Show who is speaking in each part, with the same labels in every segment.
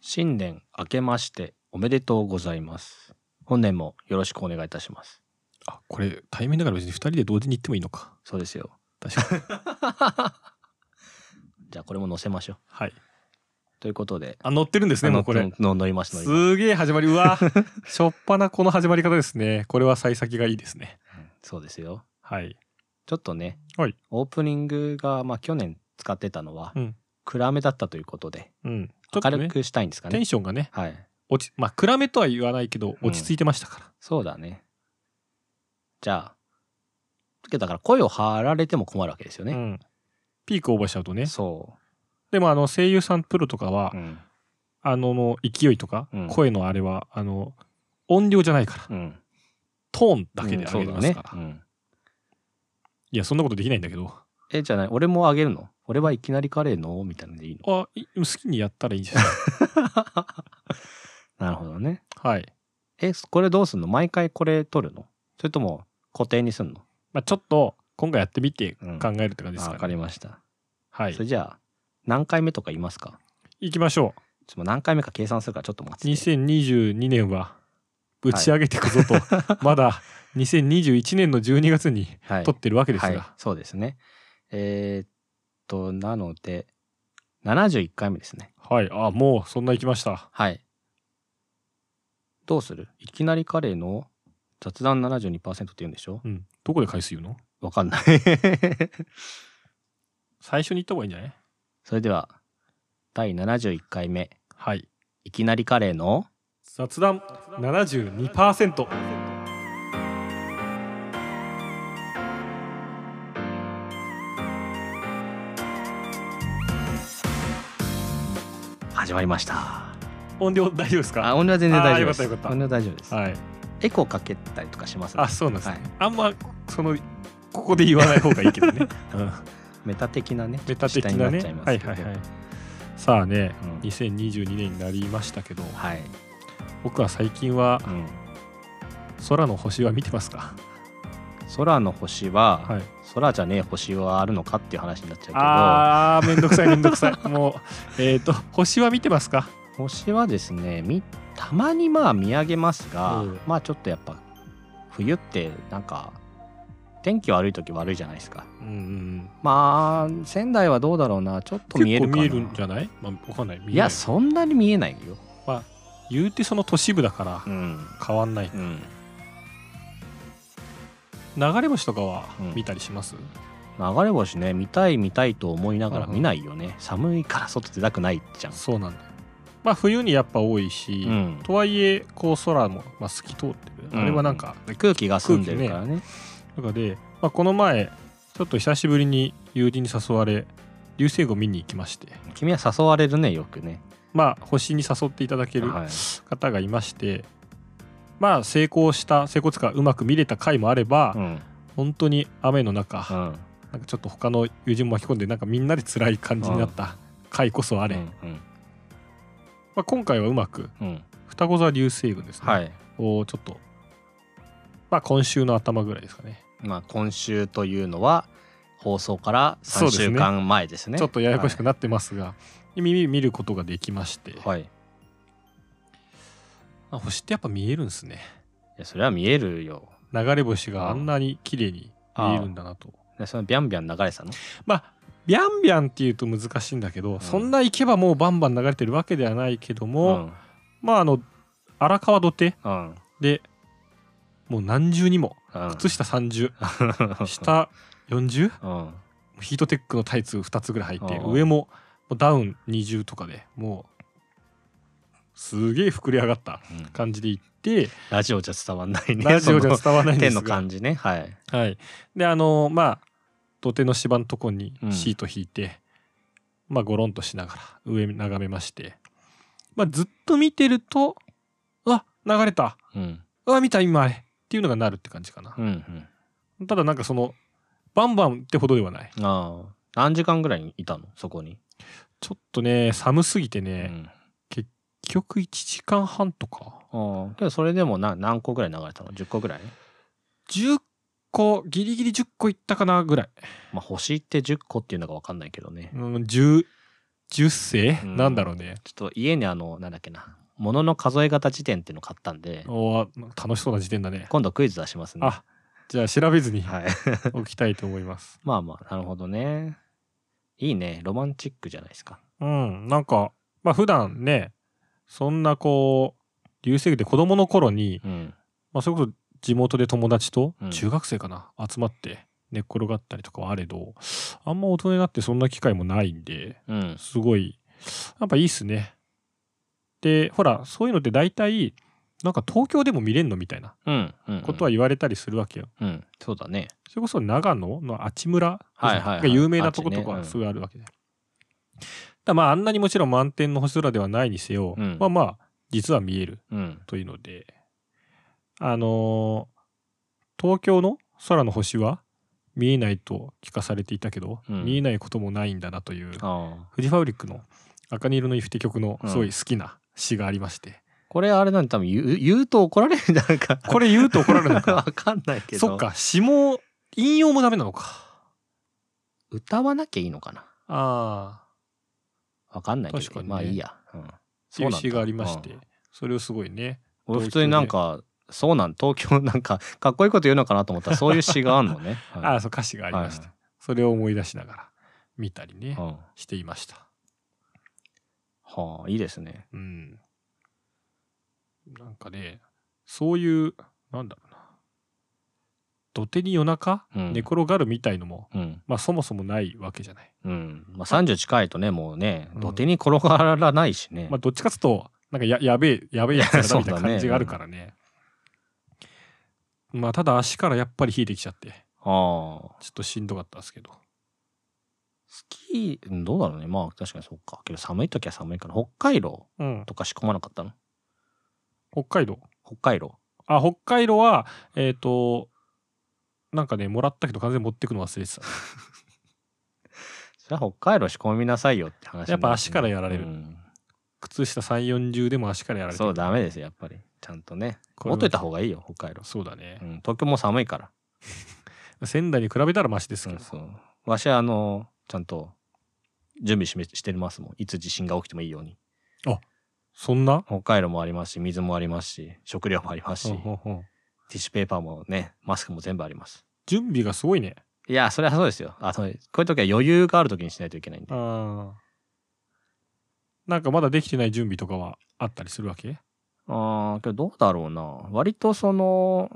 Speaker 1: 新年明けましておめでとうございます。本年もよろしくお願いいたします。
Speaker 2: あこれ対面だから別に2人で同時に行ってもいいのか
Speaker 1: そうですよ。
Speaker 2: 確かに
Speaker 1: じゃあこれも載せましょう。
Speaker 2: はい
Speaker 1: ということで、
Speaker 2: あ乗ってるんですねもうこ
Speaker 1: あ
Speaker 2: れ
Speaker 1: のの乗りました乗ります
Speaker 2: げえ始まりう わしょっぱなこの始まり方ですねこれは幸先がいいですね
Speaker 1: そうですよ。
Speaker 2: はい
Speaker 1: ちょっとね、
Speaker 2: はい
Speaker 1: オープニングが、まあ、去年使ってたのは
Speaker 2: うん
Speaker 1: 暗めだったということで、
Speaker 2: うんちょ
Speaker 1: 明
Speaker 2: っと
Speaker 1: る
Speaker 2: ね
Speaker 1: くしたいんですか
Speaker 2: テ
Speaker 1: ね。
Speaker 2: ンションがね
Speaker 1: はい。
Speaker 2: 落ちまあ暗めとは言わないけど
Speaker 1: うん
Speaker 2: 落ち着いてましたから、
Speaker 1: そうだね。じゃあ、けどだから声を張られても困るわけですよ
Speaker 2: う
Speaker 1: ね。
Speaker 2: んピークオーバーしちゃうとね
Speaker 1: そ
Speaker 2: でもあの声優さんプロとかは、
Speaker 1: う。うん。
Speaker 2: あのもう勢いとか、
Speaker 1: うん
Speaker 2: 声のあれはあの音量じゃないから、
Speaker 1: うん。
Speaker 2: トーンだけで上げてますから、
Speaker 1: うんそうだねうん
Speaker 2: いやそんなことできないんだけど
Speaker 1: え、じゃない、俺もあげるの俺はいきなりカレーのみたいなのでいいの
Speaker 2: あい好きにやったらいいんじゃない
Speaker 1: なるほどね。
Speaker 2: はい
Speaker 1: え、これどうすんの毎回これ取るのそれとも固定にすんの
Speaker 2: まあ、ちょっと今回やってみて
Speaker 1: うん
Speaker 2: 考えるって感じです
Speaker 1: あ
Speaker 2: か
Speaker 1: わ
Speaker 2: ね
Speaker 1: かりました。
Speaker 2: は
Speaker 1: それ
Speaker 2: い。
Speaker 1: じゃあ、何回目とか言いますか
Speaker 2: 行きましょ
Speaker 1: ちょっと何回目か計算するからちょっと待
Speaker 2: う。
Speaker 1: ってて。
Speaker 2: 2022年は打ち上げていくぞと、まだ2021年の12月に
Speaker 1: はい。
Speaker 2: 撮ってるわけですが、
Speaker 1: はい。そうですね。えーっと、なので、71回目ですね。
Speaker 2: はい、あもうそんな行きました。
Speaker 1: はい。どうするいきなりカレーの雑談72%って言うんでしょ
Speaker 2: うん。どこで回数言うの？
Speaker 1: わかんない。
Speaker 2: 最初に行った方がいいんじゃない？
Speaker 1: それでは、第71回目、
Speaker 2: はい。
Speaker 1: いきなりカレーの
Speaker 2: 雑談72%。
Speaker 1: 始まりました。
Speaker 2: 音量大丈夫です
Speaker 1: あ、
Speaker 2: か？
Speaker 1: 音量は全然大丈夫です。
Speaker 2: あーよかったよかった
Speaker 1: 音量大丈夫です。
Speaker 2: はい。
Speaker 1: エコーかけたりとかします、
Speaker 2: あ、そうなんですね。
Speaker 1: はい
Speaker 2: あんまそのここで言わない方がいいけど ね。うん。
Speaker 1: メタ的なね。
Speaker 2: メタ的なね。
Speaker 1: ちょっと
Speaker 2: はい
Speaker 1: 下
Speaker 2: は
Speaker 1: になっちゃいます
Speaker 2: い
Speaker 1: けど
Speaker 2: はい。さあね、
Speaker 1: うん
Speaker 2: 2022年になりましたけど、
Speaker 1: はい。
Speaker 2: 僕は最近は
Speaker 1: うん。
Speaker 2: 空の星は見てますか、
Speaker 1: 空の星は、
Speaker 2: はい、
Speaker 1: 空じゃねえ星はあるのかっていう話になっちゃう
Speaker 2: あーめんどくさいめんどくさい もうえっ、と星は見てますか
Speaker 1: けど、星はですね、みたまにまあ見上げますが、
Speaker 2: うん
Speaker 1: まあちょっとやっぱ、冬ってなんか、天気悪い時悪いじゃないですか。
Speaker 2: うんうん
Speaker 1: まあ、仙台はどうだろうな、ちょっと
Speaker 2: 結構
Speaker 1: 見
Speaker 2: 見
Speaker 1: え
Speaker 2: え
Speaker 1: る
Speaker 2: る
Speaker 1: かな。
Speaker 2: んじゃない、まあ、わかんない見えない
Speaker 1: いや、そんなに見えないよ。
Speaker 2: 言うてその都市部だから
Speaker 1: うん。
Speaker 2: 変わんない
Speaker 1: うん。
Speaker 2: 流れ星とかは
Speaker 1: うん
Speaker 2: 見たりします、
Speaker 1: 流れ星ね見たい見たいと思いながら
Speaker 2: うんうん
Speaker 1: 見ないよね、寒いから外出たくないじゃん
Speaker 2: そうなんだよまあ冬にやっぱ多いし、
Speaker 1: うん
Speaker 2: とはいえこう空も、まあ、透き通ってる、
Speaker 1: うん
Speaker 2: あれはなんか
Speaker 1: 空気が澄んでるからね
Speaker 2: なんかで、まあ、この前ちょっと久しぶりに友人に誘われ流星群見に行きまして
Speaker 1: 君は誘われるねよくね
Speaker 2: まあ星に誘っていただける
Speaker 1: はい
Speaker 2: 方がいまして、まあ成功した成功つかうまく見れた回もあれば、
Speaker 1: うん
Speaker 2: 本当に雨の中、
Speaker 1: うん
Speaker 2: なんかちょっと他の友人も巻き込んでなんかみんなで辛い感じになった回こそあ
Speaker 1: あ
Speaker 2: れ、
Speaker 1: う
Speaker 2: ま
Speaker 1: んうん
Speaker 2: あ、今回はうまく
Speaker 1: うん
Speaker 2: 双子座流星群ですね、
Speaker 1: はい
Speaker 2: をちょっとまあ今週の頭ぐらいですかね
Speaker 1: まあ今週というのは放送から
Speaker 2: そう
Speaker 1: 3
Speaker 2: ですね
Speaker 1: 週間前ですね
Speaker 2: ちょっとややこしくなってますが、耳見ることができまして、
Speaker 1: はい、はい、い
Speaker 2: あ星ってやっぱ見えるんですね
Speaker 1: やそれは見えるよ
Speaker 2: 流れ星があんなに綺麗に見えるんだなと
Speaker 1: でそのビャンビャン流れてたの
Speaker 2: まあビャンビャンっていうと難しいんだけど、そんな行けばもうバンバン流れてるわけではないけども、まああの荒川土手
Speaker 1: うんうん
Speaker 2: でもう何重にも
Speaker 1: うん
Speaker 2: 靴下30、下 40
Speaker 1: うん
Speaker 2: ヒートテックのタイツ2つぐらい履いて、
Speaker 1: うん
Speaker 2: 上ももうダウン20とかでもうすげえ膨れ上がった
Speaker 1: うん
Speaker 2: 感じで行って、
Speaker 1: ラジオじゃ伝わんないね
Speaker 2: ラジオじゃ伝わらないんで
Speaker 1: 天
Speaker 2: す
Speaker 1: の
Speaker 2: が
Speaker 1: 感じねはい
Speaker 2: はい、であのまあ土手の芝のとこに
Speaker 1: うん
Speaker 2: シート引いて、まあゴロンとしながら上眺めまして、まあ、ずっと見てると「うわ流れた
Speaker 1: うん
Speaker 2: うわ見た今あれ」っていうのがなるって感じかな
Speaker 1: う、んうん
Speaker 2: ただなんかそのバンバンってほどではない
Speaker 1: ああ何時間ぐらいいたのそこに、
Speaker 2: ちょっとね寒すぎて
Speaker 1: う
Speaker 2: ね、
Speaker 1: ん、
Speaker 2: 結局1時間半とか
Speaker 1: ああけどそれでもな何個ぐらい流れたの10個ぐらい
Speaker 2: 10個ギリギリ10個いったかなぐらい、
Speaker 1: まあ星って10個っていうのが分かんないけどね
Speaker 2: うん、10 10世、
Speaker 1: うん
Speaker 2: なんだろうね
Speaker 1: ちょっと家にあのなんだっけなものの数え方辞典っていうの買ったんで
Speaker 2: おー楽しそうな時点だね
Speaker 1: 今度クイズ出しますね
Speaker 2: あじゃあ調べずに
Speaker 1: はい
Speaker 2: おきたいと思います、
Speaker 1: まあまあなるほどねいいねロマンチックじゃないですか
Speaker 2: うんなんかまあ普段ねそんなこう流星群で子供の頃に、
Speaker 1: うん
Speaker 2: まあ、それこそ地元で友達と
Speaker 1: うん
Speaker 2: 中学生かな、集まって寝っ転がったりとかはあれどあんま大人になってそんな機会もないんで
Speaker 1: うん
Speaker 2: すごいやっぱいいっすねでほらそういうのって大体なんか東京でも見れんのみたいな
Speaker 1: うんうん
Speaker 2: ことは言われたりするわけよ、
Speaker 1: うんそうだね
Speaker 2: それこそ長野のあち村
Speaker 1: はいはいはい
Speaker 2: が有名なとこ
Speaker 1: あち
Speaker 2: と
Speaker 1: ね
Speaker 2: か
Speaker 1: うん
Speaker 2: すごいあるわけで、だからまああんなにもちろん満天の星空ではないにせよ、
Speaker 1: うん
Speaker 2: まあまあ実は見える
Speaker 1: うん
Speaker 2: というのであのー東京の空の星は見えないと聞かされていたけど、
Speaker 1: うん
Speaker 2: 見えないこともないんだなという
Speaker 1: ああ
Speaker 2: フジファブリックの「赤色のイフ」って曲の
Speaker 1: うん
Speaker 2: すごい好きな詩がありまして、
Speaker 1: これあれなんで多分言う言うと怒られるんじゃないか
Speaker 2: これ言うと怒られるの
Speaker 1: わ
Speaker 2: か
Speaker 1: かんないけど
Speaker 2: そっか詩も引用もダメなのか
Speaker 1: 歌わなきゃいいのかな
Speaker 2: ああ
Speaker 1: わかんないけど、
Speaker 2: 確かにね
Speaker 1: まあいいや、うん、
Speaker 2: そういう詩がありまして、
Speaker 1: うん
Speaker 2: それをすごいね
Speaker 1: 俺普通になんかそうなん東京なんかかっこいいこと言うのかなと思ったらそういう詩があんの ね、はい
Speaker 2: ああそう歌詞がありまし
Speaker 1: はい
Speaker 2: て、
Speaker 1: は
Speaker 2: それを思い出しながら見たりね、
Speaker 1: うん
Speaker 2: していました
Speaker 1: はあいいですね
Speaker 2: うん。なんかね、そういう、なんだろうな。土手に夜中、
Speaker 1: うん
Speaker 2: 寝転がるみたいのも、
Speaker 1: うん
Speaker 2: まあそもそもないわけじゃない。
Speaker 1: うんまあ30近いとねもうね
Speaker 2: うん
Speaker 1: 土手に転がらないしね、
Speaker 2: まあどっちかっつうと、なんかややべえ、やべえやつだなみた い
Speaker 1: そうだ
Speaker 2: な
Speaker 1: ね
Speaker 2: 感じがあるからね。まあただ足からやっぱり冷えてきちゃって、
Speaker 1: ああ
Speaker 2: ちょっとしんどかったですけど。
Speaker 1: スキーうんどうだろうねまあ確かにそうかけど寒い時は寒いから北海道
Speaker 2: うん。
Speaker 1: とか仕込まなかったの
Speaker 2: 北海道。
Speaker 1: 北海道
Speaker 2: あ、北海道は、えっ、と、なんかね、もらったけど完全に持ってくの忘れてた。
Speaker 1: それは北海道仕込みなさいよって話になる
Speaker 2: やっぱ足からやられる
Speaker 1: うん
Speaker 2: 靴下3、40でも足からやられてる
Speaker 1: そうダメですよやっぱりちゃんとね
Speaker 2: こ
Speaker 1: 持
Speaker 2: れは
Speaker 1: っといた方がいいよ北海道、
Speaker 2: そうだね
Speaker 1: う。ん、東京も寒いから
Speaker 2: 仙台に比べたらマシです
Speaker 1: そ
Speaker 2: けど
Speaker 1: う。そうわしはあのちゃんと準備しめしてますもんいつ地震が起きてもいいように
Speaker 2: そんな
Speaker 1: 北海道もありますし水もありますし食料もありますし、
Speaker 2: ほん
Speaker 1: テ
Speaker 2: ほんほん
Speaker 1: ィッシュペーパーもねマスクも全部あります
Speaker 2: 準備がすごいね。
Speaker 1: いやそれはそうですよあそうこういう時は余裕がある時にしないといけないんで
Speaker 2: あーなんかまだできてない準備とかはあったりするわけ
Speaker 1: ああけどどうだろうな割とその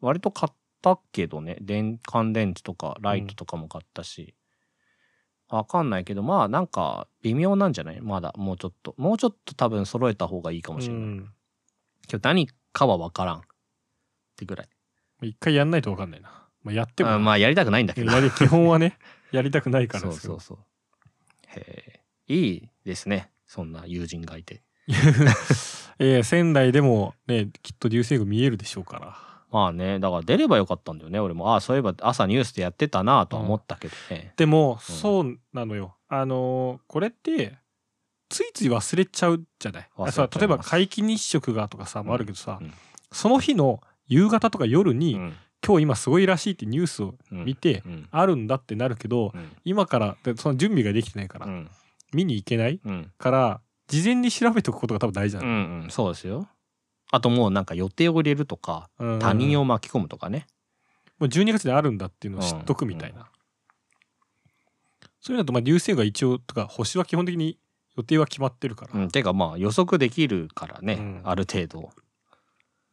Speaker 1: 割と買ったけどね電乾電池とかライトとかも買ったし、わかんないけどまあなんか微妙なんじゃないまだもうちょっともうちょっと多分揃えた方がいいかもしれない、
Speaker 2: うん
Speaker 1: けど何かは分からんってぐらい
Speaker 2: 一回やんないとわかんないな。まあ、やってもな、
Speaker 1: あまあやりたくないんだけど
Speaker 2: やり基本はね、やりたくないから
Speaker 1: そ
Speaker 2: で
Speaker 1: う
Speaker 2: すけ
Speaker 1: そ
Speaker 2: ど
Speaker 1: う。そうへえいいですねそんな友人がいて
Speaker 2: えー仙台でもね、きっと流星群見えるでしょうから。
Speaker 1: まあね、だから出ればよかったんだよね、俺も。ああ、そういえば朝ニュースでやってたなとは思ったけどね。
Speaker 2: でも、そうなのよ。あのーこれって、ついつい忘れちゃうじゃない。
Speaker 1: 忘
Speaker 2: あ
Speaker 1: れちゃい
Speaker 2: さ
Speaker 1: ます
Speaker 2: 例えば皆既日食がとかさ、もあるけどさ、
Speaker 1: うん
Speaker 2: その日の夕方とか夜に、
Speaker 1: うん
Speaker 2: 今日今すごいらしいってニュースを
Speaker 1: うん
Speaker 2: 見て、
Speaker 1: うん
Speaker 2: あるんだってなるけど
Speaker 1: うん
Speaker 2: 今からでその準備ができてないから、
Speaker 1: うん
Speaker 2: 見に行けない
Speaker 1: うん
Speaker 2: から事前に調べておくことが多分大事な
Speaker 1: う
Speaker 2: の、
Speaker 1: んうんそうですよ。あともうなんか予定を入れるとか、
Speaker 2: うん
Speaker 1: 他人を巻き込むとかね。
Speaker 2: もう12月であるんだっていうのを知っとくみたいな、そういうのとまあ流星が一応とか星は基本的に予定は決まってるから、
Speaker 1: うん、てかまあ予測できるからね、
Speaker 2: うん
Speaker 1: ある程度。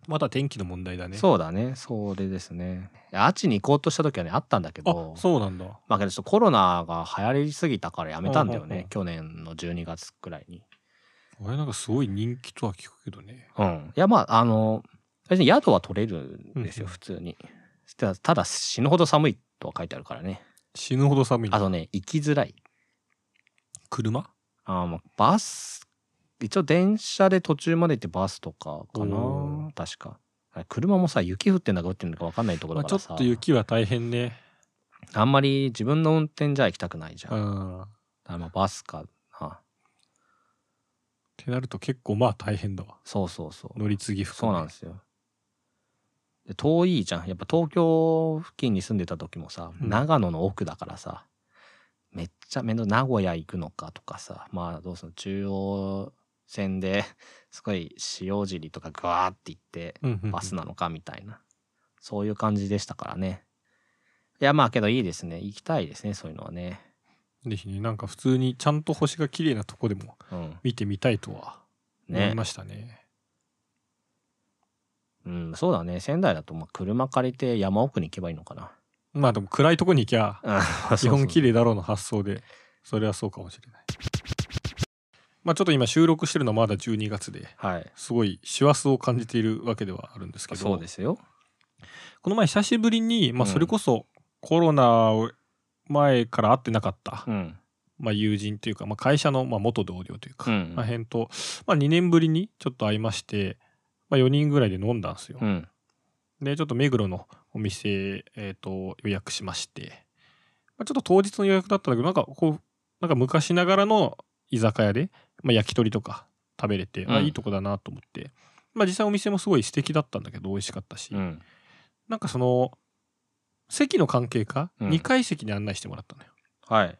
Speaker 2: また天気の問題だね
Speaker 1: そうだね、それですね。あっちに行こうとした時はね、あったんだけ
Speaker 2: あ
Speaker 1: ど、
Speaker 2: そうなんだ
Speaker 1: まあけどちょっとコロナが流行りすぎたからやめたんだよ
Speaker 2: うんうんう
Speaker 1: ね
Speaker 2: ん、
Speaker 1: 去年の12月くらいに。
Speaker 2: 俺なんかすごい人気とは聞くけどね
Speaker 1: うん。いや、まあ、あの、別に宿は取れるんですよ、
Speaker 2: うんうん
Speaker 1: 普通に。ただ、ただ死ぬほど寒いとは書いてあるからね。
Speaker 2: 死ぬほど寒い
Speaker 1: あとね、行きづらい。
Speaker 2: 車
Speaker 1: あーまあバス、一応電車で途中まで行ってバスとかか
Speaker 2: お
Speaker 1: な、確か。あれ車もさ、雪降ってんだか降ってんだか分かんないとこ
Speaker 2: ま
Speaker 1: ろ
Speaker 2: あ、
Speaker 1: だ
Speaker 2: ち
Speaker 1: か
Speaker 2: ょ
Speaker 1: ら
Speaker 2: っ
Speaker 1: さ、
Speaker 2: と雪は大変ね
Speaker 1: あんまり自分の運転じゃ行きたくないじゃん。
Speaker 2: う
Speaker 1: だか
Speaker 2: んっ
Speaker 1: らまあバスかな。
Speaker 2: てなると結構まあ大変だわ
Speaker 1: そうそうそう。
Speaker 2: 乗り継ぎ
Speaker 1: そうなんですすよ。で遠いじゃん。やっぱ東京付近に住んでた時もさ、
Speaker 2: うん
Speaker 1: 長野の奥だからさ、めっちゃ面倒名古屋行くのかとかさまあどうするの中央線で すごい塩尻とかグワーって行って
Speaker 2: うんうんうん
Speaker 1: バスなのかみたいなそういう感じでしたからねいやまあけどいいですね行きたいですねそういうのはね
Speaker 2: ぜひねなんか普通にちゃんと星が綺麗なとこでも
Speaker 1: うん
Speaker 2: 見てみたいとは思
Speaker 1: ね
Speaker 2: いましたね
Speaker 1: うんそうだね仙台だとまあ車借りて山奥に行けばいいの かな
Speaker 2: まあでも暗いとこに行きゃ
Speaker 1: うん
Speaker 2: 基本綺麗だろうの発想でそれはそうかもしれないまあちょっと今収録してるのはまだ12月で
Speaker 1: はい
Speaker 2: すごい師走を感じているわけではあるんですけど
Speaker 1: そうですよ
Speaker 2: この前久しぶりに、まあ、
Speaker 1: うん
Speaker 2: それこそコロナを前から会ってなかった、
Speaker 1: うん
Speaker 2: まあ、友人というか、まあ、会社のまあ元同僚というか、
Speaker 1: うん
Speaker 2: まあ、辺と、まあ、2年ぶりにちょっと会いまして、まあ、4人ぐらいで飲んだんですよ、
Speaker 1: うん
Speaker 2: でちょっと目黒のお店、えー、と予約しまして、まあ、ちょっと当日の予約だったんだけどなんかこうなんか昔ながらの居酒屋で、まあ、焼き鳥とか食べれて、あ
Speaker 1: うん
Speaker 2: いいとこだなと思って、まあ、実際お店もすごい素敵だったんだけど美味しかったし、
Speaker 1: うん
Speaker 2: なんかその席の関係か、
Speaker 1: うん
Speaker 2: 2階席に案内してもらったのよ
Speaker 1: はい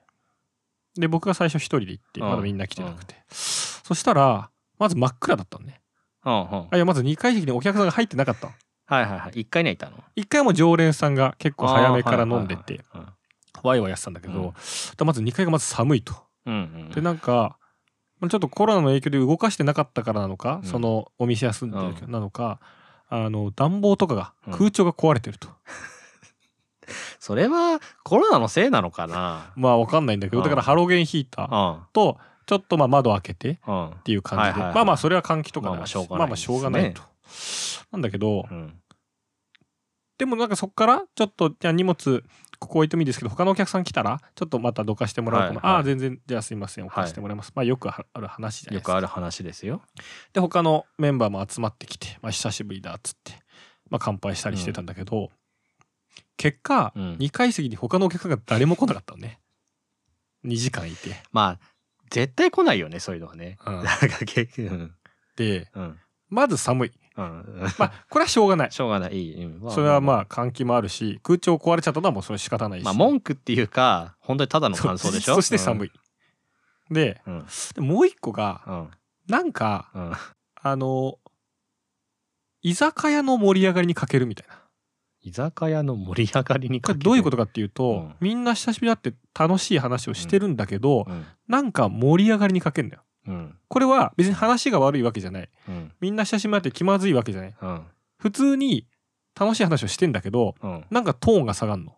Speaker 2: で僕が最初一人で行って
Speaker 1: うん
Speaker 2: まだみんな来てなくて、そしたらまず真っ暗だったのね
Speaker 1: うんうんはい
Speaker 2: あいやまず2階席にお客さんが入ってなかったの
Speaker 1: はいはい一回にはいたの
Speaker 2: 1階はもう常連さんが結構早めから飲んでて
Speaker 1: あーはいはいはい
Speaker 2: ワイワイやってたんだけど、
Speaker 1: うん
Speaker 2: でまず2階がまず寒いと
Speaker 1: うんうん
Speaker 2: でなんかまあちょっとコロナの影響で動かしてなかったからなのか、
Speaker 1: うん
Speaker 2: そのお店休んでるか
Speaker 1: う
Speaker 2: なのか、あの暖房とかが
Speaker 1: うん
Speaker 2: 空調が壊れてると、
Speaker 1: それはコロナのせいなのかな
Speaker 2: まあわかんないんだけどだか
Speaker 1: う
Speaker 2: ら
Speaker 1: ん
Speaker 2: ハロゲンヒーター、
Speaker 1: う
Speaker 2: とちょっとまあ窓開けてっ
Speaker 1: んうん
Speaker 2: ていう感じ
Speaker 1: は
Speaker 2: で、
Speaker 1: いはいはい
Speaker 2: まあまあそれは換気とかだ
Speaker 1: まあまあしょうがない
Speaker 2: まあまあしょうがないと。なんだけど、
Speaker 1: うん
Speaker 2: でもなんかそっからちょっとじゃあ荷物ここ置いてもいいですけど他のお客さん来たらちょっとまたどかしてもらうかも、
Speaker 1: はいはい
Speaker 2: ああ全然じゃあすいませんお貸してもらいます、まあよくある話じゃない
Speaker 1: よ
Speaker 2: ですか
Speaker 1: くある話ですよ
Speaker 2: で他のメンバーも集まってきて、まあ、久しぶりだっつって、まあ、乾杯したりしてたんだけど、結果、
Speaker 1: うん
Speaker 2: 2階席に他のお客さんが誰も来なかったのね2時間いて、
Speaker 1: まあ絶対来ないよねそういうのはね
Speaker 2: うん
Speaker 1: なんか結局うん
Speaker 2: で
Speaker 1: うん
Speaker 2: まず寒い
Speaker 1: うん
Speaker 2: まあこれはしょうがない
Speaker 1: しょうがないいいうん
Speaker 2: それはまあ換気もあるし空調壊れちゃったのはもうそれ仕方ないし、
Speaker 1: まあ文句っていうか本当にただの
Speaker 2: そう
Speaker 1: 感想でしょ
Speaker 2: そして寒い、で
Speaker 1: うんうん
Speaker 2: でもう一個が
Speaker 1: うん
Speaker 2: なんか
Speaker 1: うん
Speaker 2: あの居酒屋の盛り上がりに欠けるみたいな
Speaker 1: 居酒屋の盛り上がりに
Speaker 2: これどういうこととかっていうと、
Speaker 1: うん
Speaker 2: みんな親しみだって楽しい話をしてるんだけど、
Speaker 1: うん
Speaker 2: なんか盛り上がりに欠けるんだよ
Speaker 1: うん
Speaker 2: これは別に話が悪いわけじゃない
Speaker 1: うん
Speaker 2: みんな親しみだって気まずいわけじゃない
Speaker 1: うん
Speaker 2: 普通に楽しい話をしてんだけど
Speaker 1: うん
Speaker 2: なんかトーンが下がるの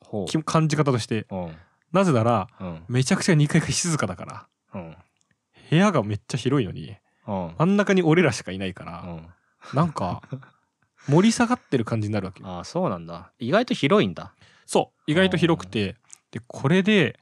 Speaker 1: ほう
Speaker 2: き感じ方として
Speaker 1: うん
Speaker 2: なぜなら
Speaker 1: うん
Speaker 2: めちゃくちゃ2階が静かだから
Speaker 1: うん
Speaker 2: 部屋がめっちゃ広いのに
Speaker 1: うん
Speaker 2: 真ん中に俺らしかいないから、
Speaker 1: うん
Speaker 2: なんか盛り下がってる感じになるわけよ
Speaker 1: ああそうなんだ意外と広いんだ
Speaker 2: そう意外と広くてでこれで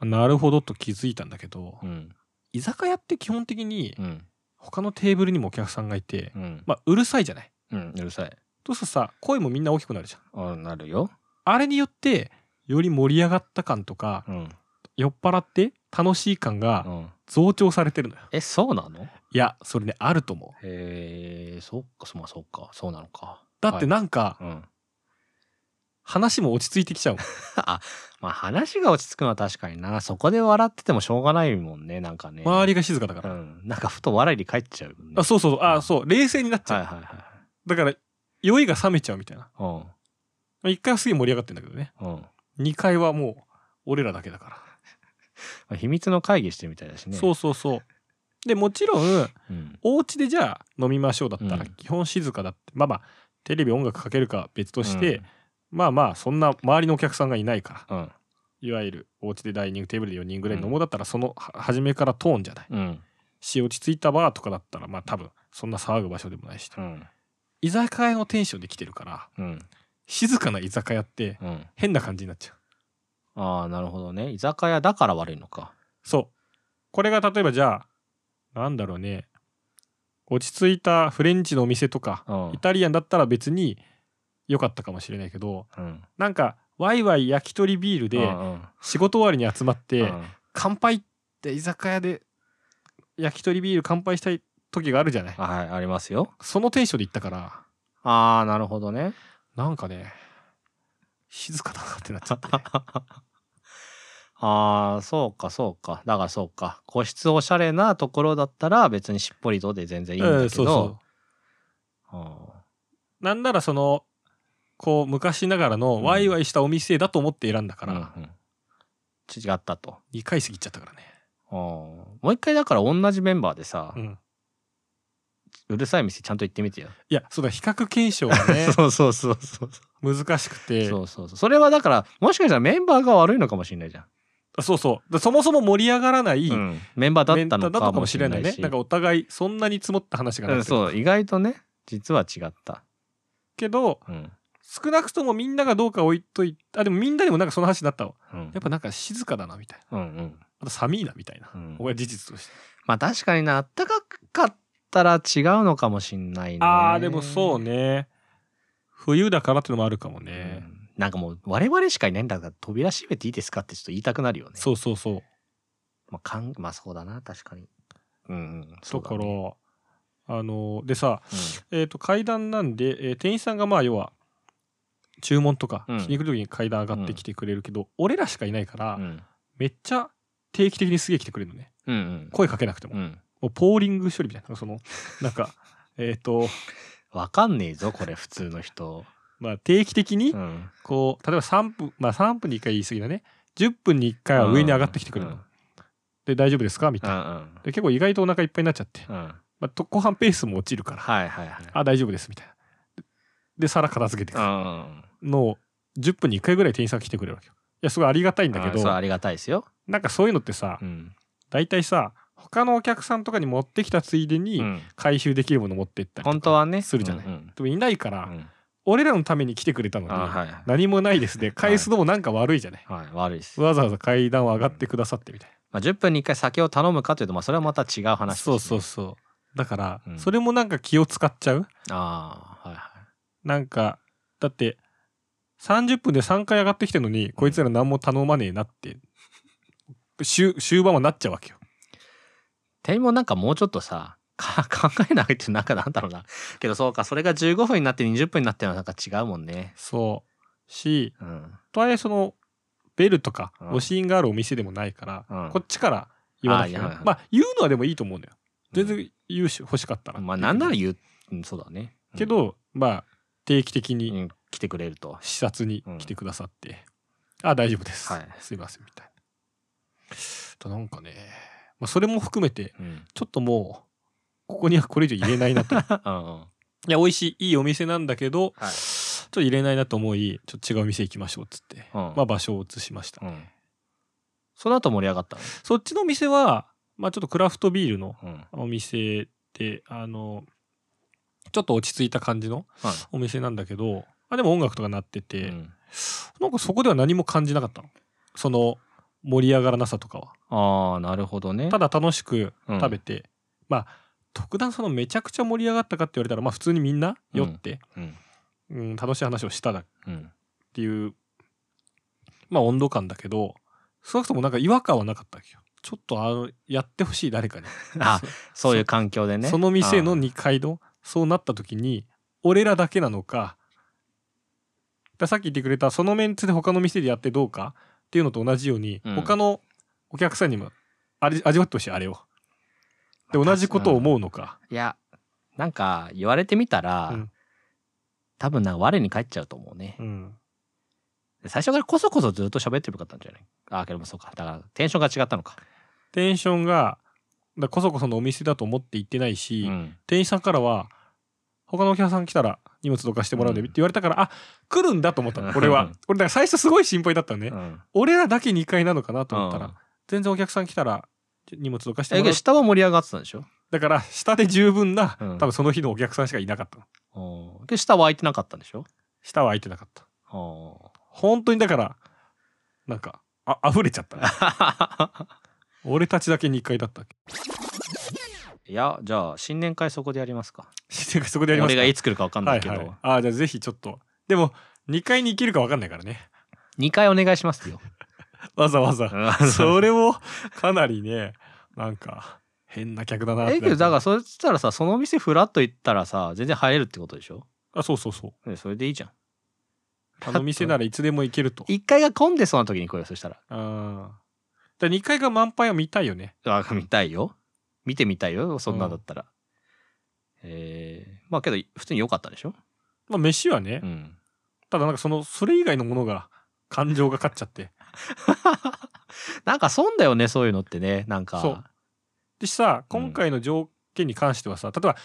Speaker 2: なるほどと気づいたんだけど、
Speaker 1: うん
Speaker 2: 居酒屋って基本的に
Speaker 1: うん
Speaker 2: 他のテーブルにもお客さんがいて、
Speaker 1: うん
Speaker 2: まあ、うるさいじゃない
Speaker 1: うんうるさい
Speaker 2: そうするとさ声もみんな大きくなるじゃん
Speaker 1: あなるよ
Speaker 2: あれによってより盛り上がった感とか
Speaker 1: うん
Speaker 2: 酔っ払って楽しい感
Speaker 1: う
Speaker 2: が
Speaker 1: ん
Speaker 2: 増長されてるのよ
Speaker 1: えそうなの
Speaker 2: いやそれねあると思う
Speaker 1: へえそっかそまあそっかそうなのか
Speaker 2: だって、なんか
Speaker 1: はいうん
Speaker 2: 話も落ち着いてきちゃうもん
Speaker 1: まあ話が落ち着くのは確かになそこで笑っててもしょうがないもんねなんかね
Speaker 2: 周
Speaker 1: り
Speaker 2: りが静かだか
Speaker 1: う
Speaker 2: ら、
Speaker 1: んなんかふと笑いに帰っちゃうもんね
Speaker 2: あそうそうそうあそう冷静になっちゃ
Speaker 1: は
Speaker 2: う、
Speaker 1: いはいはい
Speaker 2: だから酔いが冷めちゃうみたいな
Speaker 1: うん
Speaker 2: 1回はすげえ盛り上がってんだけどね
Speaker 1: うんま
Speaker 2: 2回はもう俺らだけだから、
Speaker 1: あ秘密の会議してるみたいだしね
Speaker 2: そうそうそうでもちろん
Speaker 1: うん
Speaker 2: お家でじゃあ飲みましょうだったら
Speaker 1: うん
Speaker 2: 基本静かだって、まあまあテレビ音楽かけるか別として、まあまあそんな周りのお客さんがいないから
Speaker 1: うん
Speaker 2: いわゆるお家でダイニングテーブルで4人ぐらい飲もうだったらそのは初めからトーンじゃない
Speaker 1: うん
Speaker 2: し落ち着いたバーとかだったらまあ多分そんな騒ぐ場所でもないし、
Speaker 1: うん
Speaker 2: 居酒屋のテンションで来てるから
Speaker 1: うん
Speaker 2: 静かな居酒屋って
Speaker 1: うん
Speaker 2: 変な感じになっちゃう
Speaker 1: ああなるほどね居酒屋だから悪いのか
Speaker 2: そうこれが例えばじゃあなんだろうね落ち着いたフレンチのお店とか
Speaker 1: うん
Speaker 2: イタリアンだったら別に良かったかもしれないけど
Speaker 1: うん
Speaker 2: なんかワイワイ焼き鳥ビール
Speaker 1: う
Speaker 2: で
Speaker 1: んうん
Speaker 2: 仕事終わりに集まって、
Speaker 1: うん
Speaker 2: 乾杯って居酒屋で焼き鳥ビール乾杯したい時があるじゃない
Speaker 1: はいありますよ
Speaker 2: そのテンションで行ったから
Speaker 1: ああなるほどね
Speaker 2: なんかね静かだなってなっちゃって
Speaker 1: あああ、そうか、そうか。だからそうか。個室おしゃれなところだったら別にしっぽりとで全然いいんだけど。
Speaker 2: うんそうそ
Speaker 1: あ
Speaker 2: うなんならそのこう昔ながら
Speaker 1: うん
Speaker 2: のワイワイしたお店だと思って選んだ
Speaker 1: ー
Speaker 2: から、
Speaker 1: うんうん違ったと。
Speaker 2: 2回過ぎちゃったからね、
Speaker 1: あーもう一回だから同じメンバーでさ、
Speaker 2: う、
Speaker 1: うんるさい店ちゃんと行ってみてよ。
Speaker 2: いやそうだ比較検証がね
Speaker 1: そうそうそうそう。
Speaker 2: 難しくて
Speaker 1: そうそうそう。それはだから、もしかしたらメンバーが悪いのかもしれないじゃん。
Speaker 2: あそうそうだそもそも盛り上がらない、
Speaker 1: うんメンバーだ
Speaker 2: メ
Speaker 1: っ
Speaker 2: ン
Speaker 1: た
Speaker 2: タ
Speaker 1: の
Speaker 2: ルだ
Speaker 1: か
Speaker 2: とか
Speaker 1: も
Speaker 2: も
Speaker 1: し
Speaker 2: し
Speaker 1: れ
Speaker 2: れ
Speaker 1: な
Speaker 2: ないい
Speaker 1: し。
Speaker 2: ねなんかお互いそんなに積もった話が
Speaker 1: う
Speaker 2: なんくて、
Speaker 1: そう、意外とね、実は違った。
Speaker 2: けど
Speaker 1: うん。
Speaker 2: 少なくともみんながどうか置いといてあでもみんなでもなんかその話になったわ
Speaker 1: うん
Speaker 2: やっぱなんか静かだなみたいな
Speaker 1: うんうん。
Speaker 2: あと寒いなみたいな、
Speaker 1: うん
Speaker 2: これは事実として
Speaker 1: まあ確かにな、あったかかったら違うのかもしんないね。
Speaker 2: あーでもそうね冬だからっていうのもあるかも
Speaker 1: うん、
Speaker 2: ね、
Speaker 1: なんかもう我々しかいないんだから扉閉めていいですかってちょっと言いたくなるよね。
Speaker 2: そうそうそう
Speaker 1: まあ、かんまあそうだな、確かに。うんうん。そ
Speaker 2: だ
Speaker 1: うだ
Speaker 2: から、
Speaker 1: ね
Speaker 2: あのでさ、えー、と階段なんで、えー店員さんがまあ要は注文とか
Speaker 1: うん
Speaker 2: しに来る時に階段上がってきてくれるけど、俺らしかいないから、
Speaker 1: うんうん
Speaker 2: めっちゃ定期的にすげえ来てくれるのね
Speaker 1: うんうん。
Speaker 2: 声かけなくても、
Speaker 1: うん。
Speaker 2: もうポーリング処理みたいなその なんかえっと
Speaker 1: わかんねえぞ、これ、普通の人。
Speaker 2: まあ定期的に
Speaker 1: うん。
Speaker 2: こう例えば3分まあ3分に1回言い過ぎだね10分に1回は上に上がってきてくれるの、
Speaker 1: うん
Speaker 2: で大丈夫ですかみ
Speaker 1: う
Speaker 2: たいな、
Speaker 1: ん
Speaker 2: で結構意外とお腹いっぱいになっちゃって、
Speaker 1: うん。うん。
Speaker 2: まあ、と後半ペースも落ちるから
Speaker 1: はいはいはい。
Speaker 2: あ大丈夫ですみたいなで皿片付けてく
Speaker 1: うん。
Speaker 2: のを10分に1回ぐらい店員さんが来てくれるわけよいやすごいありがたいんだけ
Speaker 1: あ
Speaker 2: ど
Speaker 1: そうありがたいですよ。
Speaker 2: なんかそういうのってさ
Speaker 1: うん。
Speaker 2: 大体さ他のお客さんとかに持ってきたついでに
Speaker 1: うん
Speaker 2: 回収できるもの持ってったりとか
Speaker 1: 本当はね。
Speaker 2: するじゃない
Speaker 1: うん
Speaker 2: でもいないから、
Speaker 1: うんうん
Speaker 2: 俺らのために来てくれたのに、
Speaker 1: あ はい
Speaker 2: 何もないですで返すのもなんか悪いじゃない、
Speaker 1: はい、悪いです。
Speaker 2: わざわざ階段を上がってくださってみたい
Speaker 1: まあ、10分に1回酒を頼むかというと、まあ、それはまた違う
Speaker 2: な、
Speaker 1: 話。
Speaker 2: そうそううそうだから、
Speaker 1: うん
Speaker 2: それもなんか気を使っちゃう
Speaker 1: ああ、はいはい。
Speaker 2: なんかだって30分で3回上がってきてるのにこいつら何も頼まねえ なって終終盤はなっちゃうわけよ
Speaker 1: 店員もなんかもうちょっとさ、 か考えないってなんかなんだろうな。けどそうか、それが15分になって20分になってるのはなんか違うもんね。
Speaker 2: そうし
Speaker 1: うん。
Speaker 2: とはいえそのベルとか
Speaker 1: うん
Speaker 2: 押し印があるお店でもないから、
Speaker 1: うん
Speaker 2: こっちから言わなくて
Speaker 1: あ
Speaker 2: も
Speaker 1: いやはいはい
Speaker 2: まあ言うのはでもいいと思うのよ全然言うし欲しかったら、
Speaker 1: まあ、なんなら
Speaker 2: いい
Speaker 1: 言う、うん、そうだね。うん
Speaker 2: け、ど、まあ定期
Speaker 1: う
Speaker 2: 的に
Speaker 1: ん、来てくれると。
Speaker 2: 視察に来てくださって、あ大丈夫です、
Speaker 1: はい
Speaker 2: すいませんみたいなとなんかね、まあ、それも含めて
Speaker 1: うん。
Speaker 2: ちょっともうここにはこれ以上入れないな とい
Speaker 1: うん。
Speaker 2: や美味しいいいお店なんだけど、
Speaker 1: はい
Speaker 2: ちょっと入れないなと思いちょっと違う店行きましょうっつって、
Speaker 1: うん
Speaker 2: まあ場所を移しました、
Speaker 1: うん。その後盛り上がったの
Speaker 2: そっちのお店は、まあ、ちょっとクラフトビールの
Speaker 1: うん。
Speaker 2: お店であのちょっと落ち着いた感じの
Speaker 1: はい
Speaker 2: お店なんだけどあでも音楽とか鳴ってて、
Speaker 1: うん
Speaker 2: なんかそこでは何も感じなかったのその盛り上がらなさとかは
Speaker 1: ああ、なるほどね。
Speaker 2: ただ楽しく
Speaker 1: うん
Speaker 2: 食べて、まあ特段そのめちゃくちゃ盛り上がったかって言われたらまあ普通にみんな酔って、
Speaker 1: うん。
Speaker 2: うん楽しい話をしただっ
Speaker 1: うん。
Speaker 2: ていうまあ温度感だけど少なくともなんか違和感はなかったわけよちょっとあのやってほしい誰かに
Speaker 1: あそういう環境でね。
Speaker 2: その店
Speaker 1: う
Speaker 2: の
Speaker 1: ん
Speaker 2: 2階のそうなった時に俺らだけなのかださっき言ってくれたそのメンツで他の店でやってどうかっていうのと同じように、
Speaker 1: うん
Speaker 2: 他のお客さんにもあれ味わってほしいあれを。で同じことを思うのか、
Speaker 1: いや、なんか言われてみたら、
Speaker 2: うん
Speaker 1: 多分なんか我に返っちゃうと思うね。
Speaker 2: うん
Speaker 1: 最初からこそこそずっと喋ってるかったんじゃないああ、けどもそうか。だからテンションが違ったのか。
Speaker 2: テンションがだこそこそのお店だと思って行ってないし、
Speaker 1: うん。
Speaker 2: 店員さんからは他のお客さん来たら荷物どかしてもらうんで
Speaker 1: うん
Speaker 2: って言われたから、あ来るんだと思ったの俺
Speaker 1: う
Speaker 2: は
Speaker 1: ん
Speaker 2: 俺だから最初すごい心配だったのね、
Speaker 1: うん
Speaker 2: 俺らだけ2階なのかなと思ったら、
Speaker 1: うん
Speaker 2: 全然お客さん来たらちょ荷物どかして
Speaker 1: え、
Speaker 2: も
Speaker 1: け
Speaker 2: ら
Speaker 1: ど
Speaker 2: う
Speaker 1: 下は盛り上がってたんでしょ
Speaker 2: だから下で十分な、
Speaker 1: うん
Speaker 2: 多分その日のお客さんしかいなかったの
Speaker 1: うん。けど下は空いてなかったんでしょ
Speaker 2: 下は空いてなかった
Speaker 1: うん
Speaker 2: 本当にだからなんかあ溢れちゃったね 俺たちだけ2階だったっけ
Speaker 1: いや、じゃあ新年会そこでやりますか。
Speaker 2: そこでやります
Speaker 1: 俺
Speaker 2: か
Speaker 1: がいつ来るか分かんないけど、
Speaker 2: はいはい、あじゃあぜひちょっとでも2階に行けるか分かんないからね
Speaker 1: 2回お願いしますよ。
Speaker 2: わざわざ
Speaker 1: うん
Speaker 2: それもかなりねなんか変な客だなっ て
Speaker 1: え、けどだからそしたらさ、その店フラッと行ったらさ、全然入れるってことでしょ
Speaker 2: あそうそうそう
Speaker 1: ねそれでいいじゃん。
Speaker 2: あの店ならいつでも行けると
Speaker 1: 一回が混んでそうな時に来いよそしたら
Speaker 2: あだ2階が満杯は見たいよね。
Speaker 1: あ見たいよ。見てみたいよ、そんなんだったら。えー、まあけど、普通に良かったでしょ
Speaker 2: まあ飯はね、
Speaker 1: うん。
Speaker 2: ただなんかその、それ以外のものが、感情が勝っちゃって。
Speaker 1: なんか損だよね、そういうのってね。なんか。
Speaker 2: そうでさ、今回の条件に関してはさ、例えば、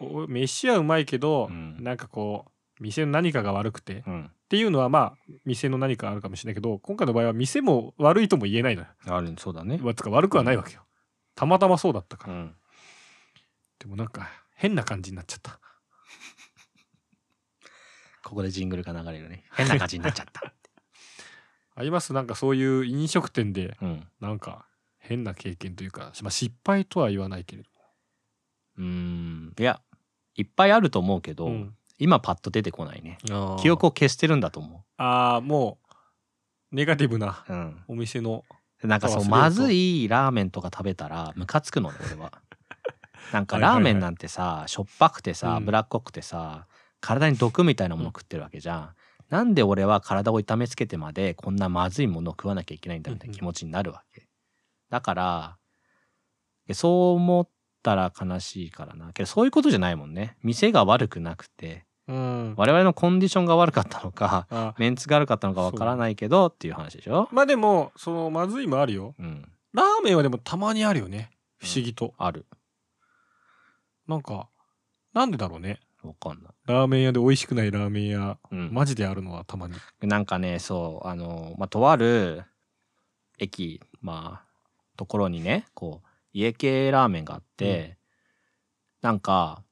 Speaker 2: お飯はうまいけど、
Speaker 1: うん
Speaker 2: なんかこう、店の何かが悪くて、っ
Speaker 1: うん。
Speaker 2: ていうのはまあ、店の何かあるかもしれないけど、今回の場合は店も悪いとも言えないのよ。
Speaker 1: あるそうだね。
Speaker 2: わつか悪くはないわけよ。たまたまそうだったか
Speaker 1: う
Speaker 2: ら。
Speaker 1: ん。
Speaker 2: でもなんか、変な感じになっちゃった。
Speaker 1: ここでジングルが流れるね。変な感じになっちゃった。
Speaker 2: ありますなんかそういう飲食店で、
Speaker 1: うん。
Speaker 2: なんか、変な経験というか、まあ、失敗とは言わないけれど
Speaker 1: うーん。いや、いっぱいあると思うけど、
Speaker 2: も。
Speaker 1: 今パッと出てこないね。
Speaker 2: あー
Speaker 1: 記憶を消してるんだと思
Speaker 2: あーもう、ネガティブな
Speaker 1: う。うん。
Speaker 2: お店の、
Speaker 1: なんかそう、
Speaker 2: 忘れると
Speaker 1: まずいラーメンとか食べたら、ムカつくのね、俺 は。なんかラーメンなんてさ、しょっぱくてさ、
Speaker 2: うん
Speaker 1: ブラックくてさ、体に毒みたいなもの食ってるわけじゃん。なんで俺は体を痛めつけてまでこんなまずいものを食わなきゃいけないんだみたいな気持ちになるわけ。だから、そう思ったら悲しいからな。けどそういうことじゃないもんね。店が悪くなくて、
Speaker 2: うん。
Speaker 1: 我々のコンディションが悪かったのか、
Speaker 2: あ
Speaker 1: メンツが悪かったのかわからないけどっていう話でしょ。
Speaker 2: まあでも、その、まずいもあるよ。
Speaker 1: うん、
Speaker 2: ラーメンはでもたまにあるよね。不思議と。
Speaker 1: ある。
Speaker 2: なんか、なんでだろうね。
Speaker 1: わかんない。
Speaker 2: ラーメン屋で美味しくないラーメン屋、
Speaker 1: うん
Speaker 2: マジであるのはたまに。
Speaker 1: なんかね、そう、あの、まあ、とある駅、まあ、ところにね、こう、家系ラーメンがあって、なんか、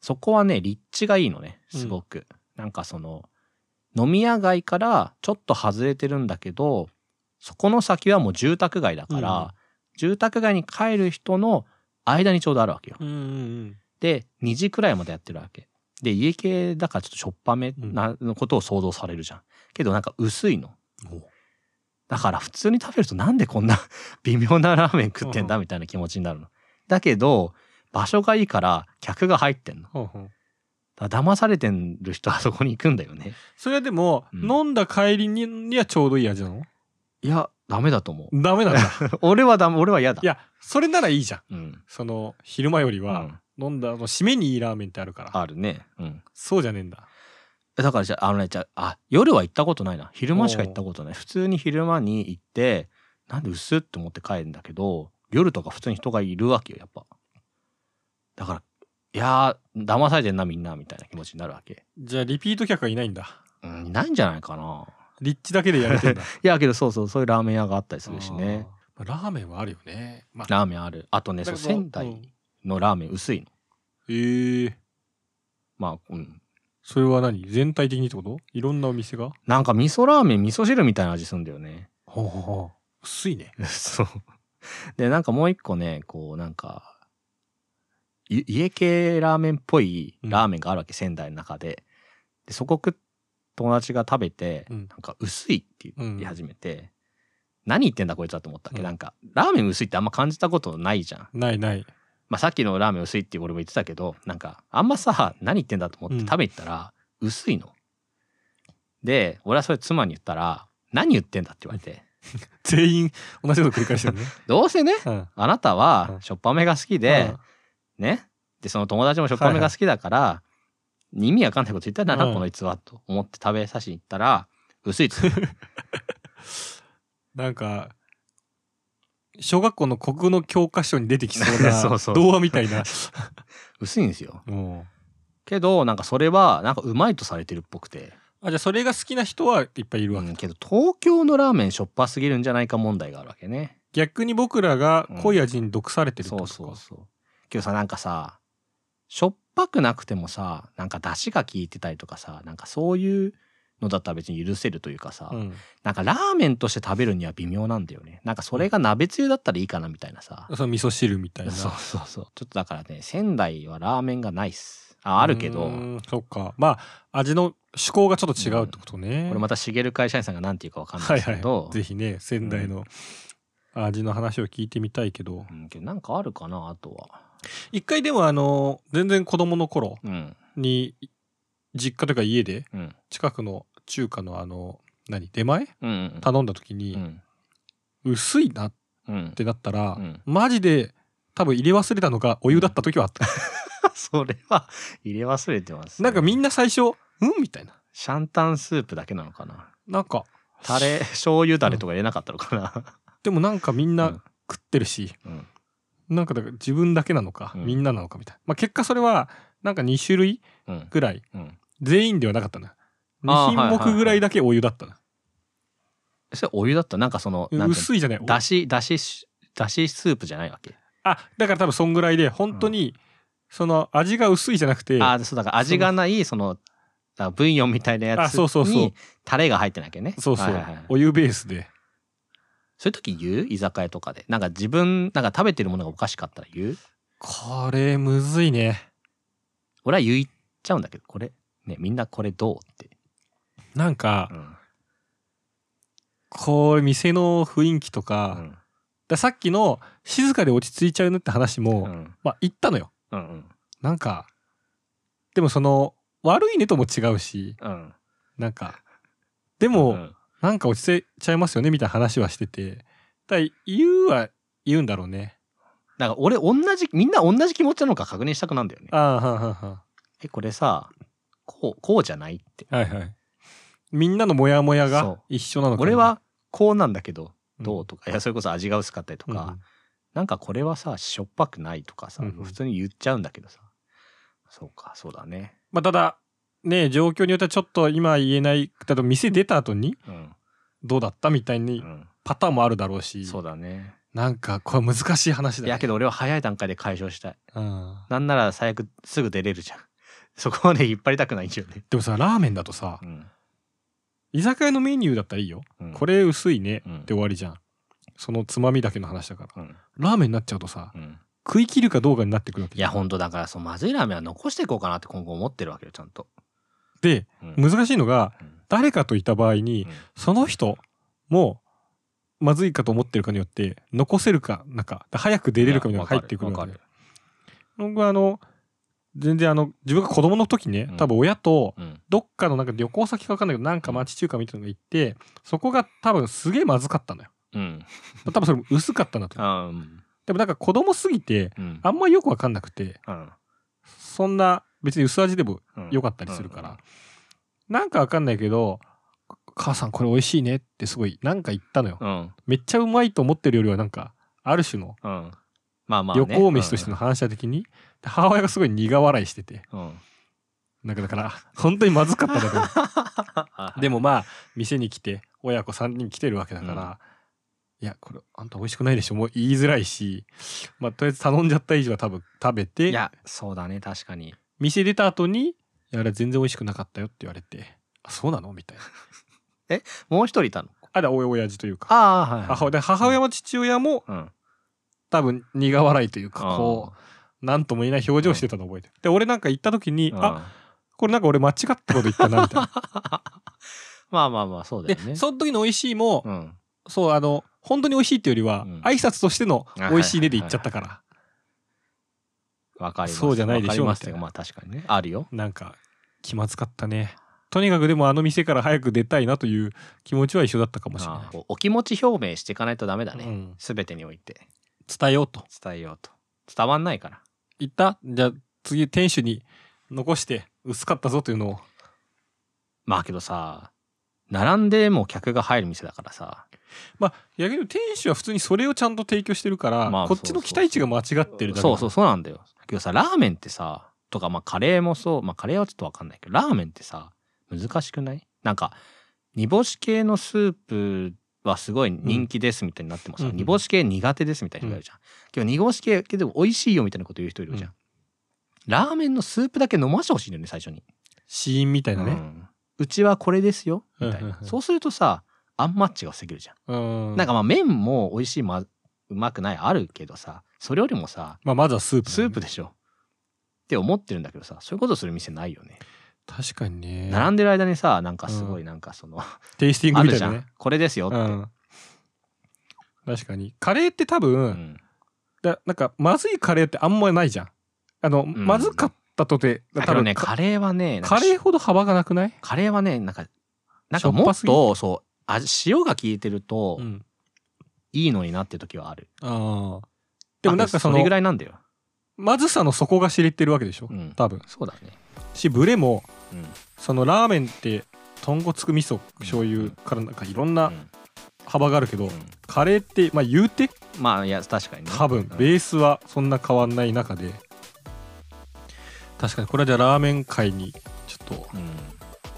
Speaker 1: そこはね、立地がいいのね、すごく。なんかその、飲み屋街からちょっと外れてるんだけど、そこの先はもう住宅街だから、
Speaker 2: うん
Speaker 1: 住宅街に帰る人の間にちょうどあるわけよ。
Speaker 2: うんうん
Speaker 1: で、2時くらいまでやってるわけ。で、家系だからちょっとしょっぱめなのことを想像されるじゃん。けどなんか薄いの。
Speaker 2: うん。
Speaker 1: だから普通に食べるとなんでこんな 微妙なラーメン食ってん
Speaker 2: う
Speaker 1: だみたいな気持ちになるの。だけど、場所がいいから客が入ってんの。
Speaker 2: ほうほう
Speaker 1: だから騙されてる人はそこに行くんだよね。
Speaker 2: それはでも、
Speaker 1: うん
Speaker 2: 飲んだ帰りににはちょうどいい味なの
Speaker 1: いや、ダメだと思う。
Speaker 2: ダメなんだ。
Speaker 1: 俺はダメ、俺は嫌だ。
Speaker 2: いや、それならいいじゃん。
Speaker 1: うん。
Speaker 2: その、昼間より
Speaker 1: う
Speaker 2: は、
Speaker 1: ん。
Speaker 2: 飲んだ、あの締めにいいラーメンってあるから。
Speaker 1: あるね。うん。
Speaker 2: そうじゃねえんだ。
Speaker 1: だからじゃあ、あのね、じゃあ、あ夜は行ったことないな。昼間しか行ったことない。普通に昼間に行って、なんで薄って思って帰るんだけど、夜とか普通に人がいるわけよ、やっぱ。だから、いやー、騙されてんな、みんな、みたいな気持ちになるわけ。
Speaker 2: じゃあ、リピート客はいないんだ。
Speaker 1: うん、いないんじゃないかな。
Speaker 2: 立地だけでやれてんだ。
Speaker 1: いやけどそうそう そういうラーメン屋があったりするしね。
Speaker 2: あー。まあラーメンはあるよね。まあ、
Speaker 1: ラーメンある。あとねそう
Speaker 2: だけど
Speaker 1: 仙
Speaker 2: う
Speaker 1: 台
Speaker 2: ん
Speaker 1: のラーメン薄いの。
Speaker 2: えー
Speaker 1: まあうん。
Speaker 2: それは何全体的にってこといろんなお店が
Speaker 1: なんか味噌ラーメン味噌汁みたいな味するんだよね。
Speaker 2: ほうほうほう薄いね。
Speaker 1: そう。でなんかもう一個ねこうなんかい家系ラーメンっぽいラーメンがあるわけ、仙台の中で。でそこ食っ友達が食べて、
Speaker 2: うん
Speaker 1: なんか薄いって言い始めて、何言ってんだこいつはと思ったっけ、
Speaker 2: うん
Speaker 1: なんかラーメン薄いってあんま感じたことないじゃん。
Speaker 2: ないない。
Speaker 1: まあ、さっきのラーメン薄いって俺も言ってたけどなんかあんまさ何言ってんだと思って食べに行ったら薄いの。で俺はそれ妻に言ったら「何言ってんだ」って言われて
Speaker 2: 全員同じこと繰り返してるね。
Speaker 1: 「 どうせね
Speaker 2: うん
Speaker 1: あなた
Speaker 2: う
Speaker 1: は
Speaker 2: ん
Speaker 1: しょっぱめが好きで、ねでその友達もしょっぱめが好きだから、意味わかんないこと言ったんだな、
Speaker 2: うん
Speaker 1: この逸話」と思って食べさしに行ったら薄いっつ って
Speaker 2: なんか、小学校の国語の教科書に出てきそう
Speaker 1: そう
Speaker 2: な
Speaker 1: そう
Speaker 2: 童話みたいな。
Speaker 1: 薄いんですよ。
Speaker 2: うん
Speaker 1: けどなんかそれはなんかうまいとされてるっぽくて、
Speaker 2: あ、じゃあそれが好きな人はいっぱいいるわ
Speaker 1: う
Speaker 2: け。
Speaker 1: ん、けど東京のラーメンしょっぱすぎるんじゃないか問題があるわけね。
Speaker 2: 逆に僕らが濃い味に毒されてるって
Speaker 1: そ
Speaker 2: こ
Speaker 1: う
Speaker 2: と
Speaker 1: そう
Speaker 2: か。
Speaker 1: そうけどさなんかさしょっぱくなくてもさなんか出汁が効いてたりとかさなんかそういうのだったら別に許せるというかさ、
Speaker 2: うん
Speaker 1: なんかラーメンとして食べるには微妙なんだよねなんかそれが鍋つゆだったらいいかなみたいなさ、
Speaker 2: その味噌汁みたいな。
Speaker 1: そうそうそうちょっとだからね仙台はラーメンがないっすああるけ
Speaker 2: う
Speaker 1: ど
Speaker 2: ーんそっか。まあ、味の趣向がちょっと違うってことね。
Speaker 1: これまた茂会社員さんが何て言うかわかんない
Speaker 2: はい
Speaker 1: ですけど、
Speaker 2: はい。ぜひね、仙台の味の話を聞いてみたいけど。
Speaker 1: うん、けどなんかあるかなあとは
Speaker 2: 一回でもあの、全然子供の頃
Speaker 1: うん
Speaker 2: に、実家というか家で、
Speaker 1: うん
Speaker 2: 近くの中華のあの、何出前
Speaker 1: うんうん
Speaker 2: 頼んだ時に、
Speaker 1: うん
Speaker 2: 薄いなっ
Speaker 1: うん。
Speaker 2: てなったら、
Speaker 1: うん
Speaker 2: マジで多分入れ忘れたのがお湯だった時はあった、
Speaker 1: それは入れ忘れてます、
Speaker 2: なんかみ
Speaker 1: ん
Speaker 2: んな最初「うん?」みたいな
Speaker 1: シャンタンスープだけなのかな。
Speaker 2: なんか
Speaker 1: タレ、醤油タレとか入れなかったのかな。
Speaker 2: でもなんかみん
Speaker 1: うん
Speaker 2: な食ってるし、
Speaker 1: うん。
Speaker 2: なんかだから自分だけなのか、
Speaker 1: うん
Speaker 2: みんななのかみたいな、まあ、結果それはなんか2種類
Speaker 1: うん。
Speaker 2: ぐらい
Speaker 1: うん。
Speaker 2: 全員ではなかったな
Speaker 1: あー
Speaker 2: 2品目ぐらいだけお湯だったな、
Speaker 1: それお湯だったなんかその、なんていう
Speaker 2: 薄いじゃない
Speaker 1: のだし、だし、だしスープじゃないわけ。
Speaker 2: あだから多分そんぐらいで本当にその味が薄いじゃなくて、
Speaker 1: ああ、そうだから味がない、その、だからブイヨンみたいなや
Speaker 2: あ
Speaker 1: つ
Speaker 2: そうそうそう
Speaker 1: にタレが入ってなきゃね。
Speaker 2: そうそう、
Speaker 1: はいはいはい
Speaker 2: お湯ベースで
Speaker 1: そういう時言う居酒屋とかで。なんか自分、なんか食べてるものがおかしかったら言う
Speaker 2: これむずいね
Speaker 1: 俺は言っちゃうんだけど、これ、ね、みんなこれどうって。
Speaker 2: なんか、
Speaker 1: うん。
Speaker 2: こう店の雰囲気と
Speaker 1: う
Speaker 2: か,、
Speaker 1: ん。
Speaker 2: ださっきの静かで落ち着いちゃうねって話も、
Speaker 1: うん。
Speaker 2: まあ言ったのよ
Speaker 1: うん。
Speaker 2: なんかでもその悪いねとも違うし
Speaker 1: うん。
Speaker 2: なんかでも、
Speaker 1: うん
Speaker 2: なんか落ち着いちゃいますよねみたいな話はしててだから言うは言うんだろうね
Speaker 1: なんか俺、同じ、みんな同じ気持ちなのか確認したくなんだよね。
Speaker 2: ああはんはんはん
Speaker 1: え、これさ、こう、こうじゃないって。
Speaker 2: はいはい。みんなのモヤモヤ
Speaker 1: そう
Speaker 2: が一緒なのかな
Speaker 1: 俺はこうなんだけど、
Speaker 2: ん
Speaker 1: どうとか、いや、それこそ味が薄かったりとか、
Speaker 2: うん
Speaker 1: なんかこれはさ、しょっぱくないとかさ、
Speaker 2: うんうん
Speaker 1: 普通に言っちゃうんだけどさ。そうか、そうだね。
Speaker 2: まあただね状況によってはちょっと今言えないだと店出た後に
Speaker 1: うん。
Speaker 2: どうだったみたいうに
Speaker 1: ん。
Speaker 2: パターンもあるだろうし、
Speaker 1: そうだね。
Speaker 2: なんかこれ難しい話
Speaker 1: い
Speaker 2: だ、ね、
Speaker 1: やけど俺は早い段階で解消したい。
Speaker 2: うん、
Speaker 1: なんなら最悪すぐ出れるじゃん。 そこまで引っ張りたくないんだよね。
Speaker 2: でもさラーメンだとさ
Speaker 1: うん
Speaker 2: 居酒屋のメニューだったらいいよ、
Speaker 1: うん
Speaker 2: これ薄いね
Speaker 1: うん
Speaker 2: って終わりじゃんそのつまみだけの話だから
Speaker 1: うん
Speaker 2: ラーメンになっちゃうとさ
Speaker 1: うん
Speaker 2: 食い切るかどうかになってくるわけ
Speaker 1: いやほんとだからそのまずいラーメンは残していこうかなって今後思ってるわけよちゃんと。
Speaker 2: で
Speaker 1: うん
Speaker 2: 難しいのが
Speaker 1: うん
Speaker 2: 誰かといた場合に
Speaker 1: うん
Speaker 2: その人もまずいかと思ってるかによって残せるかなんか早く出れるかみたいなのが入ってくる
Speaker 1: いやわ
Speaker 2: わ
Speaker 1: か
Speaker 2: け
Speaker 1: る
Speaker 2: 僕はあの全然あの自分が子供の時ね
Speaker 1: うん
Speaker 2: 多分親と
Speaker 1: うん
Speaker 2: どっかのなんか旅行先か分かんないけどなんか町中華みたいなのが行ってそこが多分すげえまずかったのよ
Speaker 1: うん
Speaker 2: 多分それも薄かったなと思う
Speaker 1: あうん
Speaker 2: でもなんか子供すぎて
Speaker 1: うん
Speaker 2: あんまりよく分かんなくて
Speaker 1: うん
Speaker 2: そんな別に薄味でも
Speaker 1: うん
Speaker 2: 良かったりするから、なんか分かんないけど「母さんこれ美味しいね」ってすごいなんか言ったのよ
Speaker 1: うん
Speaker 2: めっちゃうまいと思ってるよりはなんかある種の
Speaker 1: うんうんまあまあ
Speaker 2: 旅
Speaker 1: ね
Speaker 2: 行飯としての反射的に、で母親がすごい苦笑いしてて
Speaker 1: うんうん
Speaker 2: なんかだから本当にまずかったんだけどで
Speaker 1: も
Speaker 2: もまあ店に来て親子3人来てるわけだから、いやこれあんた美味しくないでしょもう言いづらいしまあとりあえず頼んじゃった以上は多分食べ
Speaker 1: い
Speaker 2: て
Speaker 1: やそうだね確かに
Speaker 2: 店出た後にいやあれ全然美味しくなかったよって言われてあそうなのみたいな
Speaker 1: もう一人いたの
Speaker 2: あだお親父というか
Speaker 1: ああはい
Speaker 2: 母親で母親も父親も
Speaker 1: うん
Speaker 2: 多分苦笑いというかこう
Speaker 1: う
Speaker 2: なんとも言えない表情してたの覚えてる。で、俺なんか行った時に、あ、
Speaker 1: あ
Speaker 2: これなんか俺間違ったこと言ったな、みたい な。
Speaker 1: まあまあまあそうだよね
Speaker 2: で、その時の美味しいも、
Speaker 1: うん
Speaker 2: そう、あの、本当に美味しいっていうよりは、
Speaker 1: うん
Speaker 2: 挨拶としての
Speaker 1: あ
Speaker 2: 美味しいねで言っちゃったから、
Speaker 1: わかります
Speaker 2: そうじゃないでしょ
Speaker 1: わかりますよ
Speaker 2: みたいな
Speaker 1: まあ確かにねあるよ
Speaker 2: なんか気まずかったね。とにかくでもあの店から早く出たいなという気持ちは一緒だったかもしれ
Speaker 1: あ
Speaker 2: な
Speaker 1: あこうお気持ち表明していかないとダメだ
Speaker 2: い。う
Speaker 1: ね、
Speaker 2: ん、
Speaker 1: すべてにおいて
Speaker 2: 伝えようと。
Speaker 1: 伝えようと伝わんないから
Speaker 2: 言ったじゃあ次店主に残して薄かったぞというのを。
Speaker 1: まあけどさ並んでも客が入る店だからさ
Speaker 2: まあ逆に言うと店主は普通にそれをちゃんと提供してるから、
Speaker 1: まあ
Speaker 2: こっちの期待値が間違ってるだけ
Speaker 1: そうそうそうなんだよだけどさラーメンってさとかまあカレーもそうまあカレーはちょっとわかんないけどラーメンってさ難しくないなんか煮干し系のスープはすごい人気ですみたいになってもさ、
Speaker 2: うん
Speaker 1: 煮干し系苦手ですみたいな人がいるじゃん、今日煮干し系けど美味しいよみたいなこと言う人いるじゃん、
Speaker 2: うん
Speaker 1: ラーメンのスープだけ飲ましてほしいんだよね最初に
Speaker 2: 死因みたいなね。
Speaker 1: うんうちはこれですよみたい
Speaker 2: うんう、
Speaker 1: なん
Speaker 2: うん
Speaker 1: そうするとさアンマッチが防げるじゃん、
Speaker 2: うん
Speaker 1: なんかまあ麺も美味しい、ま、うまくないあるけどさそれよりもさ
Speaker 2: まあ、まずはスープ、
Speaker 1: スープでしょ、って思ってるんだけどさそういうことする店ないよね、
Speaker 2: 確かにね
Speaker 1: 並んでる間にさなんかすご
Speaker 2: う
Speaker 1: いなんかその、
Speaker 2: テイスティン
Speaker 1: あ
Speaker 2: グみた
Speaker 1: る
Speaker 2: い
Speaker 1: じゃ、
Speaker 2: なんね
Speaker 1: これですよって、
Speaker 2: うん確かにカレーって多分、
Speaker 1: うん
Speaker 2: だなんかまずいカレーってあんまないじゃんあの、
Speaker 1: ん
Speaker 2: まずかったとて
Speaker 1: だけ
Speaker 2: 多
Speaker 1: ど
Speaker 2: 分
Speaker 1: ね
Speaker 2: か
Speaker 1: カレーはねなんか
Speaker 2: カレーほど幅がなくない、
Speaker 1: カレーはねなんかなん
Speaker 2: しょ
Speaker 1: か
Speaker 2: っ
Speaker 1: も
Speaker 2: ぱ
Speaker 1: っ
Speaker 2: すぎ
Speaker 1: とそう味塩が効いてると、
Speaker 2: ん、
Speaker 1: いいのになって時はある。
Speaker 2: ああ。でもなんかそ
Speaker 1: あそれ
Speaker 2: の
Speaker 1: ぐ、らいなんだよ。
Speaker 2: まずさの底が知れてるわけでしょ、
Speaker 1: うん
Speaker 2: 多分。
Speaker 1: そうだね。
Speaker 2: し、ブレも、
Speaker 1: うん。
Speaker 2: そのラーメンって、豚骨味噌、醤
Speaker 1: う
Speaker 2: 油
Speaker 1: ん
Speaker 2: からなんかいろん
Speaker 1: う
Speaker 2: なん幅があるけ
Speaker 1: う
Speaker 2: ど、
Speaker 1: ん
Speaker 2: カレーって、まあ言うて、
Speaker 1: まあ、いや、確かにね。
Speaker 2: 多分
Speaker 1: うん
Speaker 2: ベースはそんな変わんない中で確かにこれはじゃあラーメン界にちょっと
Speaker 1: うん。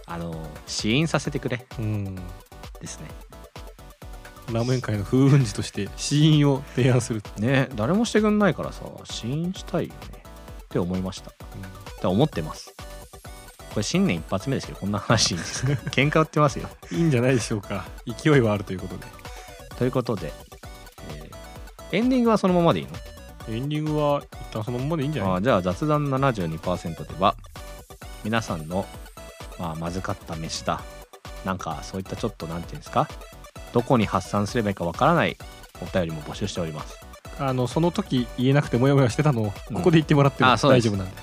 Speaker 1: あの、試飲させてくれ
Speaker 2: うん
Speaker 1: ですね。
Speaker 2: ラーメン界の風雲児として死因を提案する、
Speaker 1: ね誰もしてくんないからさ、試飲したいよね。って思いました。って思ってます。これ新年一発目ですよ。こんな話。喧嘩売ってますよ。
Speaker 2: いいんじゃないでしょうか勢いはあるということで
Speaker 1: ということで、えーエンディングはそのままでいいの
Speaker 2: エンディングは一旦そのままでいいんじゃ
Speaker 1: あ
Speaker 2: な
Speaker 1: ー
Speaker 2: い
Speaker 1: じゃあ雑談72%では皆さんの、まあ、まずかった飯だなんかそういったちょっとなんていうんですかどこに発散すればいいかわからないお便りも募集しております
Speaker 2: あのその時言えなくてモヤモヤしてたのを
Speaker 1: うん
Speaker 2: ここで言ってもらっても
Speaker 1: あそうで
Speaker 2: 大
Speaker 1: す
Speaker 2: 丈夫なんで,、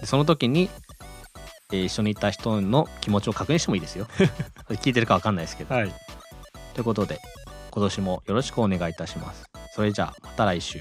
Speaker 1: でその時に、えー一緒にいた人の気持ちを確認してもいいですよそれ聞いてるかわかんないですけど、
Speaker 2: はい
Speaker 1: ということで今年もよろしくお願いいたしますそれじゃあまた来週